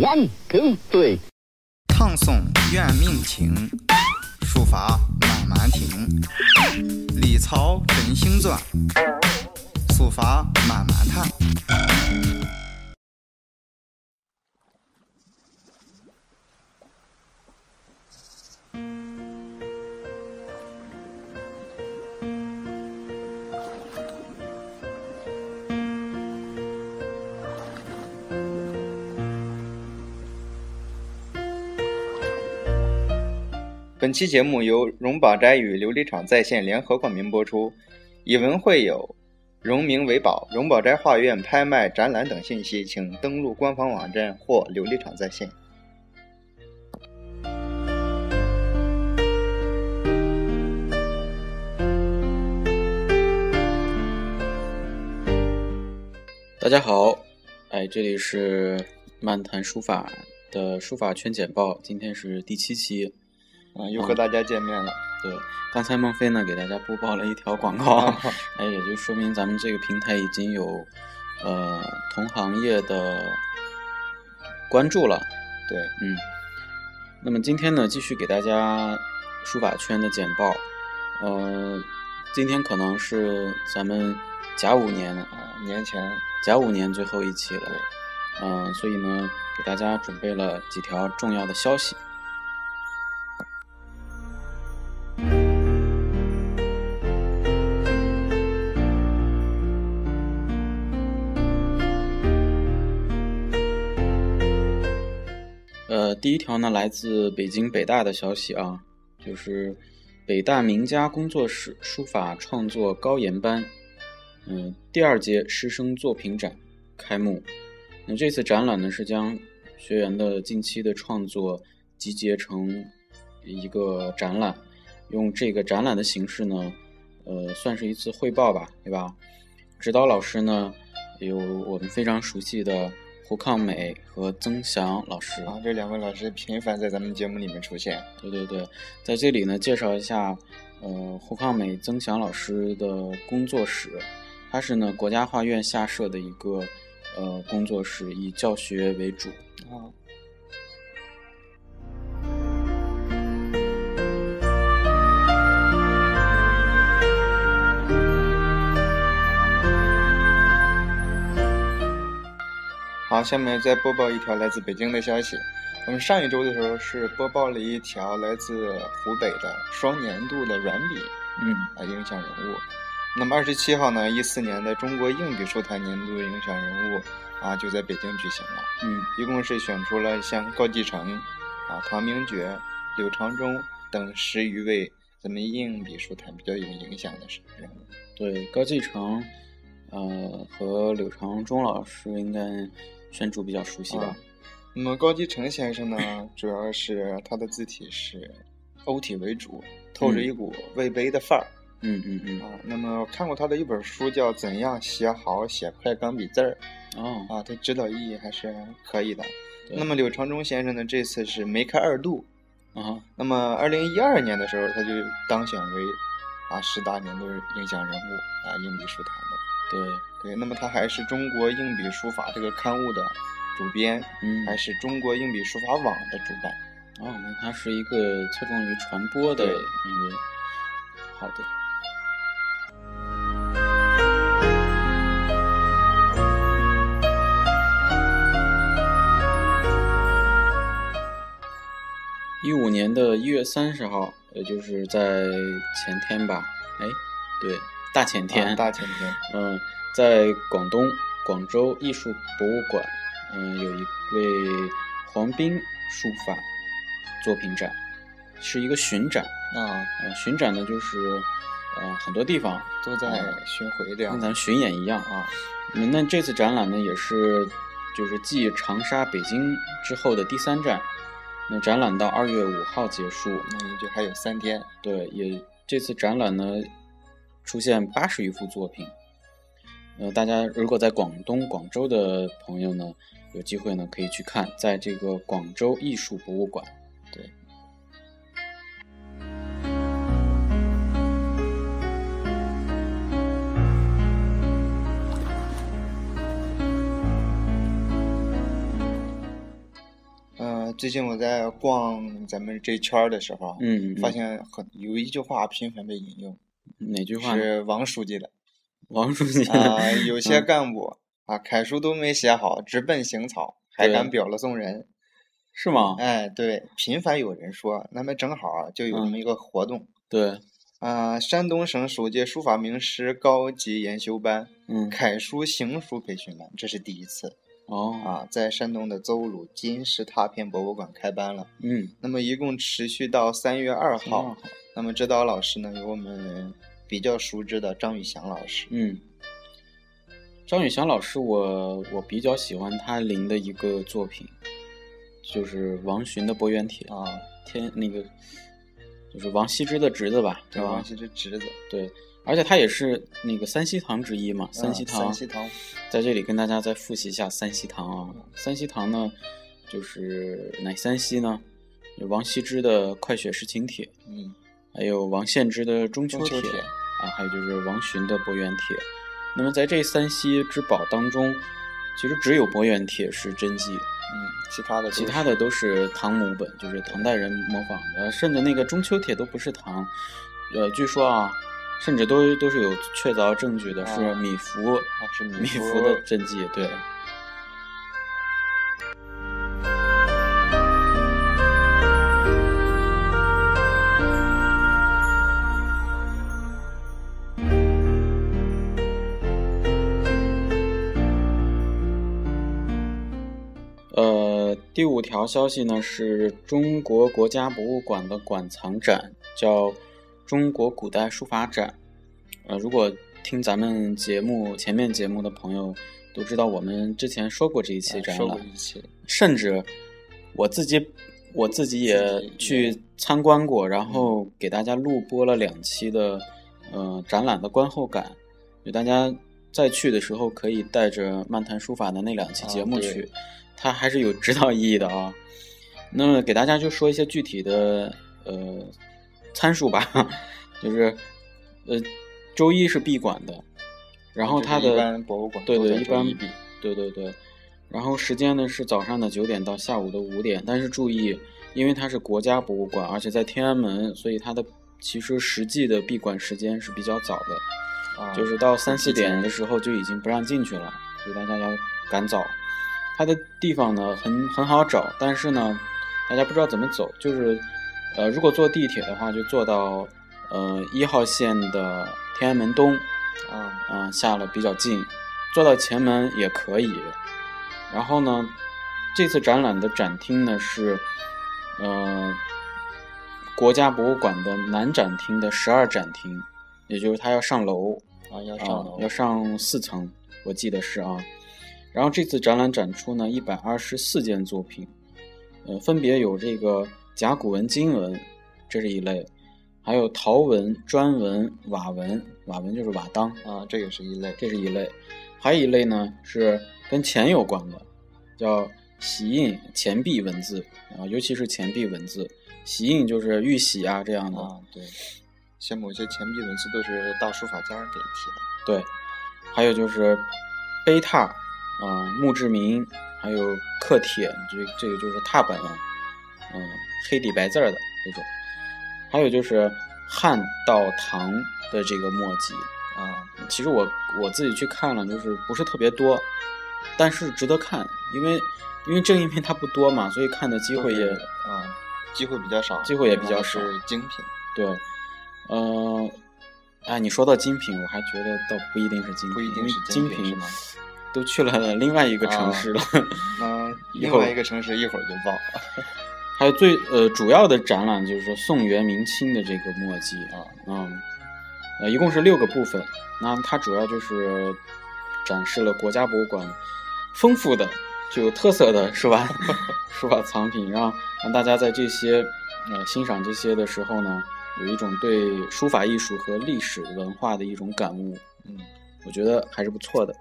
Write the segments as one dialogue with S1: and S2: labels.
S1: 万更对。
S2: 唱诵怨命情，书法满蛮亭。李曹人星传，书法满蛮叹。本期节目由荣宝斋与琉璃厂在线联合冠名播出，以文会友、荣民为宝、荣宝斋画院拍卖、展览等信息，请登录官方网站或琉璃厂在线。
S3: 大家好，哎，这里是漫谈书法的书法圈简报，今天是第七期。
S2: 嗯，又和大家见面了。
S3: 对，刚才孟非呢给大家播报了一条广告， 哎，也就说明咱们这个平台已经有呃同行业的关注了。
S2: 对，
S3: 嗯，那么今天呢，继续给大家书法圈的简报。呃，今天可能是咱们甲午年
S2: 啊，年前
S3: 甲午年最后一期了。嗯、呃，所以呢，给大家准备了几条重要的消息。呃，第一条呢，来自北京北大的消息啊，就是北大名家工作室书法创作高研班，嗯、呃，第二届师生作品展开幕。那这次展览呢，是将学员的近期的创作集结成一个展览，用这个展览的形式呢，呃，算是一次汇报吧，对吧？指导老师呢，有我们非常熟悉的。胡抗美和曾翔老师
S2: 啊，这两位老师频繁在咱们节目里面出现。
S3: 对对对，在这里呢，介绍一下，呃，胡抗美、曾翔老师的工作室，它是呢国家画院下设的一个呃工作室，以教学为主
S2: 啊。好，下面再播报一条来自北京的消息。我们上一周的时候是播报了一条来自湖北的双年度的软笔，
S3: 嗯，
S2: 啊影响人物。那么二十七号呢，一四年的中国硬笔书坛年度影响人物啊就在北京举行了。
S3: 嗯，
S2: 一共是选出了像高继成、啊唐明觉、柳长忠等十余位咱们硬笔书坛比较有影响的人物。
S3: 对，高继成，呃和柳长忠老师应该。宣主比较熟悉吧、
S2: 啊？那么高继成先生呢，主要是他的字体是欧体为主，透着一股魏碑的范儿。
S3: 嗯嗯嗯。
S2: 啊，那么看过他的一本书叫《怎样写好写快钢笔字儿》。
S3: 哦。
S2: 啊，他指导意义还是可以的。那么柳长忠先生呢，这次是梅开二度。
S3: 啊。
S2: 那么二零一二年的时候，他就当选为啊十大年度影响人物啊硬笔书坛的。
S3: 对
S2: 对，那么他还是中国硬笔书法这个刊物的主编，
S3: 嗯，
S2: 还是中国硬笔书法网的主办。
S3: 哦，那他是一个侧重于传播的一个好的。一五年的一月三十号，也就是在前天吧？哎，对。大前天，
S2: 啊、大前天，
S3: 嗯、呃，在广东广州艺术博物馆，嗯、呃，有一位黄斌书法作品展，是一个巡展
S2: 啊，
S3: 呃，巡展呢就是，呃，很多地方
S2: 都在
S3: 嗯
S2: 巡回这样，
S3: 跟咱巡演一样
S2: 啊、
S3: 嗯。那这次展览呢，也是就是继长沙、北京之后的第三站，那展览到二月五号结束，
S2: 那也就还有三天。
S3: 对，也这次展览呢。出现八十余幅作品，呃，大家如果在广东广州的朋友呢，有机会呢可以去看，在这个广州艺术博物馆。
S2: 对。呃最近我在逛咱们这圈儿的时候，
S3: 嗯，嗯
S2: 发现很有一句话频繁被引用，
S3: 哪句话呢？
S2: 是王书记 的
S3: 王书记
S2: 啊、有
S3: 嗯
S2: 些干部啊，楷书都没写好，直奔刑草，还
S3: 对哦
S2: 敢表了送人。
S3: 是吗？
S2: 哎，对，频繁有人说，那么正好啊就有
S3: 嗯
S2: 这么一个活动
S3: 对，
S2: 啊、山东省首届书法名师高级研修班
S3: 嗯，
S2: 楷书行书培训班，这是第一次
S3: 哦，
S2: 啊，在山东的邹鲁金石拓片博物馆开班了。
S3: 嗯，
S2: 那么一共持续到三月二
S3: 挺好
S2: 号。，那么指导老师呢，有我们比较熟知的张宇翔老师。
S3: 嗯。张宇翔老师我，我比较喜欢他临的一个作品，就是王洵的《博元帖》
S2: 啊，
S3: 天那个就是王羲之的侄子吧，
S2: 对，
S3: 吧？
S2: 王羲之侄子，
S3: 对，而且他也是那个三希堂之一嘛，三
S2: 嗯
S3: 希堂。
S2: 三希堂，嗯
S3: 在这里跟大家再复习一下三希堂啊。三希堂呢，就是哪三希呢？有王羲之的《快雪时晴帖》，
S2: 嗯，
S3: 还有王献之的《中秋
S2: 中秋
S3: 帖》
S2: 帖嗯
S3: 啊，还有就是王洵的《博元帖》。那么在这三希之宝当中，其实只有《博元帖》是真迹，
S2: 嗯，其他的都
S3: 其
S2: 是
S3: 他的都是唐摹本，就是唐代人模仿的，甚至那个中秋帖都不是唐，呃，据说啊，甚至都都是有确凿证据的，是
S2: 啊
S3: 米芾，
S2: 啊是米
S3: 米芾
S2: 芾
S3: 的真迹，对。呃，第五条消息呢是中国国家博物馆的馆藏展，叫中国古代书法展。呃，如果听咱们节目前面节目的朋友都知道，我们之前说过这一期
S2: 啊
S3: 展
S2: 说
S3: 览
S2: 过，一期，
S3: 甚至我自己我自己也
S2: 自己也
S3: 去参观过，然后给大家录播了两期的呃展览的观后感，就大家再去的时候可以带着漫谈书法的那两期节目
S2: 啊对
S3: 去，它还是有指导意义的啊。那么给大家就说一些具体的呃参数吧， 就是呃周一是闭馆的，然后
S2: 啊就是
S3: 它的
S2: 一般博物馆
S3: 对
S2: 都
S3: 对
S2: 在
S3: 一
S2: 周
S3: 般
S2: 一闭
S3: 对对对，然后时间呢是早上的九点到下午的五点，但是注意，因为它是国家博物馆，而且在天安门，所以它的其实实际的闭馆时间是比较早的。
S2: 啊，
S3: 就是到三
S2: 提
S3: 四
S2: 前
S3: 点的时候就已经不让进去了，所以大家要赶早。它的地方呢很很好找，但是呢，大家不知道怎么走，就是呃，如果坐地铁的话，就坐到呃一号线的天安门东，
S2: 啊，
S3: 嗯、下了比较近，坐到前门也可以。然后呢，这次展览的展厅呢是，呃，国家博物馆的南展厅的十二展厅，也就是它要上楼，
S2: 啊要
S3: 啊
S2: 上楼
S3: 要上四层，我记得是啊。然后这次展览展出呢一百二十四件作品，呃，分别有这个甲骨文、金文，这是一类，还有陶文、砖文、瓦文，瓦文就是瓦当，
S2: 啊，这也是一类，
S3: 这是一类，还有一类呢是跟钱有关的，叫玺印钱币文字啊，尤其是钱币文字，玺印就是玉玺啊这样的。
S2: 啊对，像某些钱币文字都是大书法家给题的，
S3: 对，还有就是碑拓啊、墓志铭，还有刻帖，这这个就是拓本了，嗯、黑底白字儿的这种，还有就是汉到唐的这个墨迹，
S2: 啊
S3: 其实我我自己去看了，就是不是特别多，但是值得看，因为因为正因为它不多嘛，所以看的机会也
S2: 啊机会比较少，
S3: 机会也比较
S2: 然后
S3: 少
S2: 是精品。
S3: 对，呃，哎，你说到精品，我还觉得倒不一定是精品，
S2: 不一定
S3: 因为
S2: 是精
S3: 精
S2: 品是吗啊
S3: 都去了另外一个城市 了。
S2: 那
S3: 以
S2: 另
S3: 后
S2: 外一个城市一会儿就报了
S3: 还有最呃主要的展览就是宋元明清的这个墨迹啊，
S2: 啊，
S3: 嗯，呃，一共是六个部分。那它主要就是展示了国家博物馆丰富的、具有特色的书法 书法藏品，让让大家在这些呃欣赏这些的时候呢，有一种对书法艺术和历史文化的一种感悟。
S2: 嗯。
S3: 我觉得还是不错的。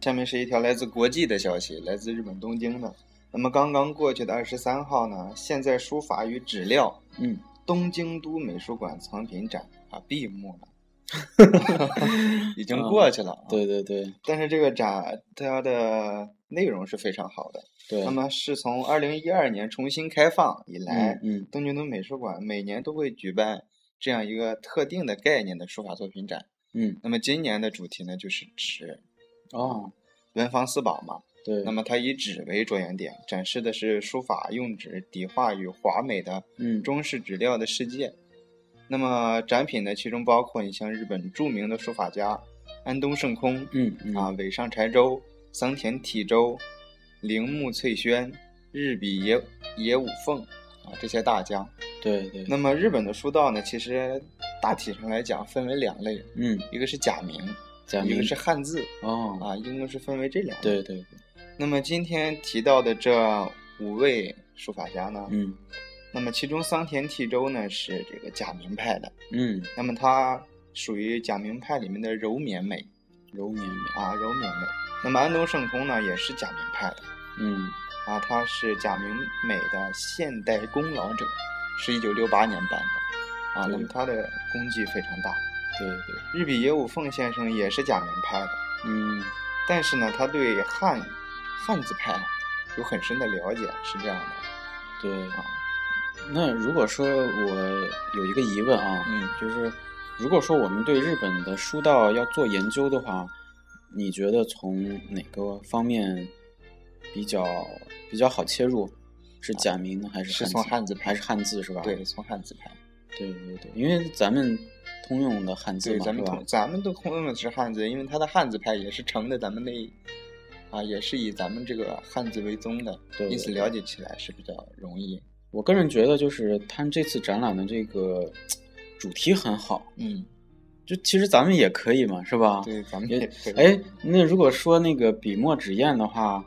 S2: 下面是一条来自国际的消息，来自日本东京的。那么刚刚过去的二十三号呢，现在书法与纸料
S3: 嗯，
S2: 东京都美术馆藏品展啊闭幕了， 已经过去了、啊。
S3: 对对对
S2: 但是这个展它的内容是非常好的。
S3: 对，
S2: 那么是从二零一二年重新开放以来，
S3: 嗯嗯
S2: 东京都美术馆每年都会举办这样一个特定的概念的书法作品展。
S3: 嗯，
S2: 那么今年的主题呢就是纸，
S3: 哦，
S2: 文房四宝嘛。
S3: 对，
S2: 那么它以纸为着眼点，展示的是书法用纸笔画与华美的
S3: 嗯
S2: 中式纸料的世界。那么展品呢，其中包括你像日本著名的书法家安东胜空、
S3: 嗯嗯
S2: 啊，尾上柴周、桑田体周、铃木翠轩、日比野野武凤啊这些大家。
S3: 对对，
S2: 那么日本的书道呢，其实大体上来讲分为两类，
S3: 嗯，
S2: 一个是假名，
S3: 假
S2: 一
S3: 名
S2: 个是汉字
S3: 哦，
S2: 啊，应该是分为这两类。
S3: 对对对，
S2: 那么今天提到的这五位书法家呢，
S3: 嗯
S2: 那么其中桑田体周呢是这个假名派的，
S3: 嗯，
S2: 那么他属于假名派里面的柔绵美
S3: 柔绵绵，
S2: 啊，柔绵美。那么安东胜空呢也是假名派的
S3: 嗯
S2: 啊，他是假名美的现代功劳者，是一九六八年办的啊，
S3: 对
S2: 那么他的功绩非常大。
S3: 对对，
S2: 日比野武凤先生也是假名派的，
S3: 嗯
S2: 但是呢，他对汉汉字派啊有很深的了解，是这样的。
S3: 对啊。那如果说我有一个疑问啊，
S2: 嗯，
S3: 就是如果说我们对日本的书道要做研究的话，你觉得从哪个方面比较比较好切入？是假名呢，还是
S2: 啊是从
S3: 汉字
S2: 汉字派
S3: 还是汉字是吧？
S2: 对，从汉字派。
S3: 对对对，因为咱们通用的汉字
S2: 对，
S3: 嘛，
S2: 咱们
S3: 是吧
S2: 同？咱们都通用的是汉字，因为它的汉字派也是承的咱们那啊，也是以咱们这个汉字为宗的，
S3: 对
S2: 因此
S3: 对
S2: 了解起来是比较容易。嗯
S3: 我个人觉得，就是他们这次展览的这个主题很好，
S2: 嗯，
S3: 就其实咱们也可以嘛，是吧？
S2: 对，咱们也
S3: 也
S2: 可以。
S3: 哎，那如果说那个笔墨纸砚的话，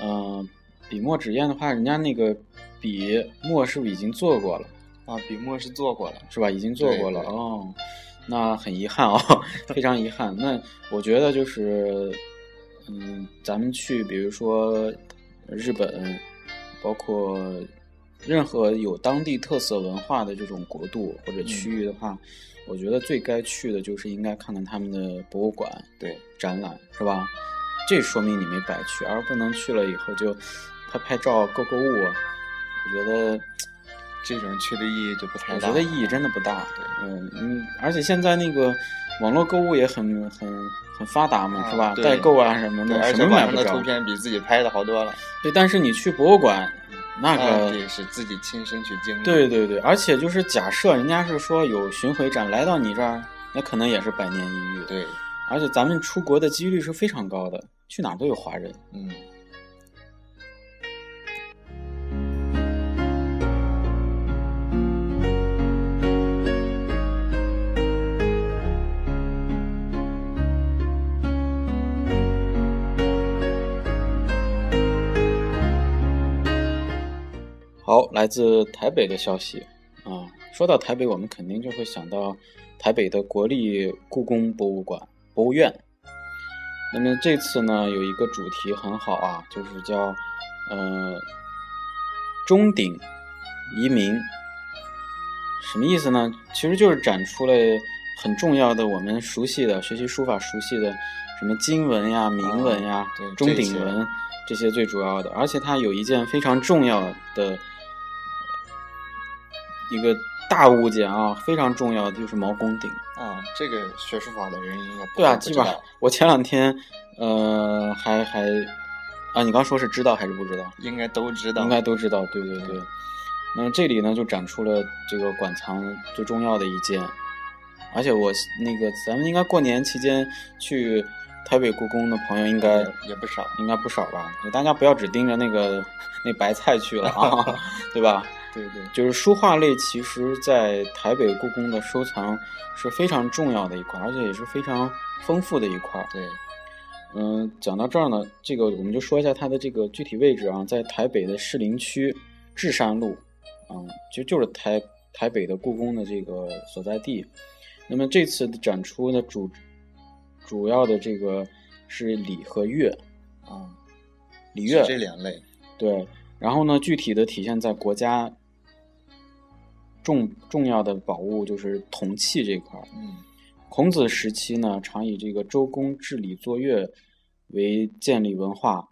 S3: 嗯、笔墨纸砚的话，人家那个笔墨是不是已经做过了，
S2: 啊，笔墨是做过了，
S3: 是吧？已经做
S2: 对
S3: 过了
S2: 对
S3: 哦，那很遗憾哦， 非常遗憾。那我觉得就是，嗯，咱们去比如说日本，包括任何有当地特色文化的这种国度或者
S2: 嗯
S3: 区域的话，我觉得最该去的就是应该看看他们的博物馆。
S2: 对，
S3: 展览，是吧？这说明你没白去，而不能去了以后就拍拍照、购购物，啊我觉得，
S2: 这种去的意义就不太
S3: 我
S2: 大。
S3: 觉得意义真的不大。嗯嗯，而且现在那个网络购物也很很很发达嘛，
S2: 啊
S3: 是吧？
S2: 对
S3: 代购啊什么
S2: 对，
S3: 的，
S2: 而
S3: 什
S2: 且
S3: 么
S2: 网
S3: 买
S2: 上
S3: 不
S2: 的
S3: 着
S2: 图。片比自己拍的好多了。
S3: 对，但是你去博物馆，那
S2: 啊，
S3: 个。
S2: 对，是自己亲身去经历。
S3: 对对对，而且就是假设人家是说有巡回展来到你这儿，那可能也是百年一遇的。
S2: 对，
S3: 而且咱们出国的几率是非常高的，去哪儿都有华人。
S2: 嗯。
S3: 好，来自台北的消息啊。说到台北，我们肯定就会想到台北的国立故宫博物馆、博物院。那么这次呢，有一个主题很好啊，就是叫呃中鼎移民，什么意思呢？其实就是展出了很重要的我们熟悉的学习书法熟悉的什么金文呀、铭文呀、
S2: 对
S3: 中
S2: 这
S3: 鼎
S2: 些
S3: 文这些最主要的，而且它有一件非常重要的一个大物件啊，非常重要的就是毛公鼎。
S2: 啊，这个学书法的人应该不
S3: 对
S2: 哦
S3: 啊，
S2: 会不
S3: 基
S2: 知
S3: 本上
S2: 道
S3: 我前两天呃还还啊，你刚说是知道还是不知道？
S2: 应该都知道。
S3: 应该都知道，对对对。那这里呢，就展出了这个馆藏最重要的一件，而且我那个咱们应该过年期间去台北故宫的朋友应该
S2: 也不少。
S3: 应该不少吧？就大家不要只盯着那个那白菜去了啊，对吧？
S2: 对对，
S3: 就是书画类，其实在台北故宫的收藏是非常重要的一块，而且也是非常丰富的一块。
S2: 对，
S3: 嗯，讲到这儿呢，这个我们就说一下它的这个具体位置啊，在台北的士林区至山路，啊、其实就是台台北的故宫的这个所在地。那么这次的展出呢，主主要的这个是礼和乐，
S2: 啊，
S3: 礼乐
S2: 是这两类。
S3: 对，然后呢，具体的体现在国家重重要的宝物就是铜器这块儿。
S2: 嗯
S3: 孔子时期呢，常以这个周公治理作乐为建立文化，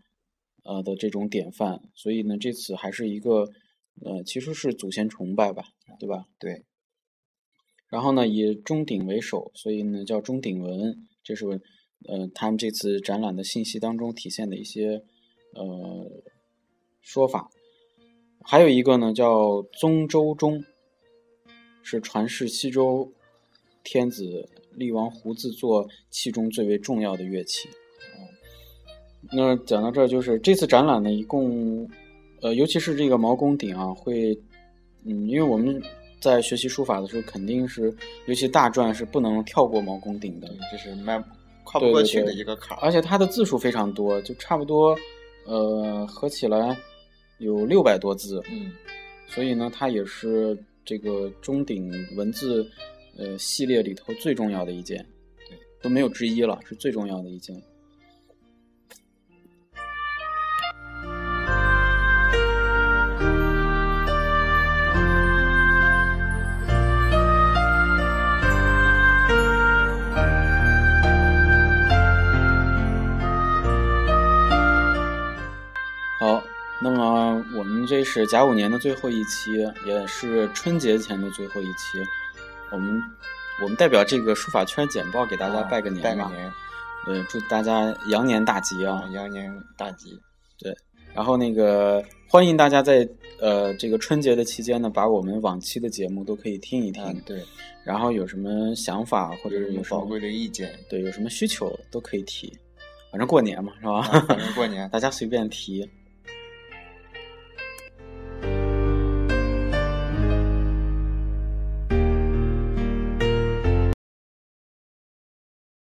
S3: 呃的这种典范，所以呢，这次还是一个，呃，其实是祖先崇拜吧，对吧？
S2: 对。
S3: 然后呢，以钟鼎为首，所以呢叫钟鼎文，这是文，呃，他们这次展览的信息当中体现的一些，呃，说法。还有一个呢叫宗周钟，是传世西周天子厉王胡制作器中最为重要的乐器。啊那讲到这儿，就是这次展览呢，一共，呃，尤其是这个毛公鼎啊，会，嗯，因为我们在学习书法的时候，肯定是，尤其大篆是不能跳过毛公鼎的，
S2: 对，这是迈跨不
S3: 对
S2: 过
S3: 对
S2: 去的
S3: 对啊
S2: 一个坎儿。
S3: 而且它的字数非常多，就差不多，呃，合起来有六百多字，
S2: 嗯，
S3: 所以呢，它也是这个钟鼎文字呃系列里头最重要的一件，
S2: 对，
S3: 都没有之一了，是最重要的一件。好，那么我们这是甲午年的最后一期，也是春节前的最后一期。我们我们代表这个书法圈简报给大家
S2: 啊
S3: 拜个年
S2: 拜
S3: 吧，
S2: 个年，
S3: 呃，祝大家羊年大吉啊！
S2: 啊羊年大吉。
S3: 然后那个欢迎大家在呃这个春节的期间呢，把我们往期的节目都可以听一听，
S2: 嗯，对，
S3: 然后有什么想法或
S2: 或
S3: 者
S2: 者
S3: 是有
S2: 有
S3: 什
S2: 宝
S3: 么
S2: 贵的意 见，
S3: 对有什么需求都可以提，反正过年嘛是吧？
S2: 啊反正过年
S3: 大家随便提。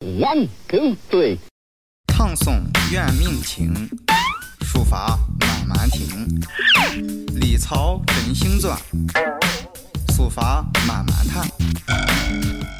S1: One, two, three.
S2: 唱诵愿命情，书法满蛮亭。李曹《真星传》，书法满蛮叹。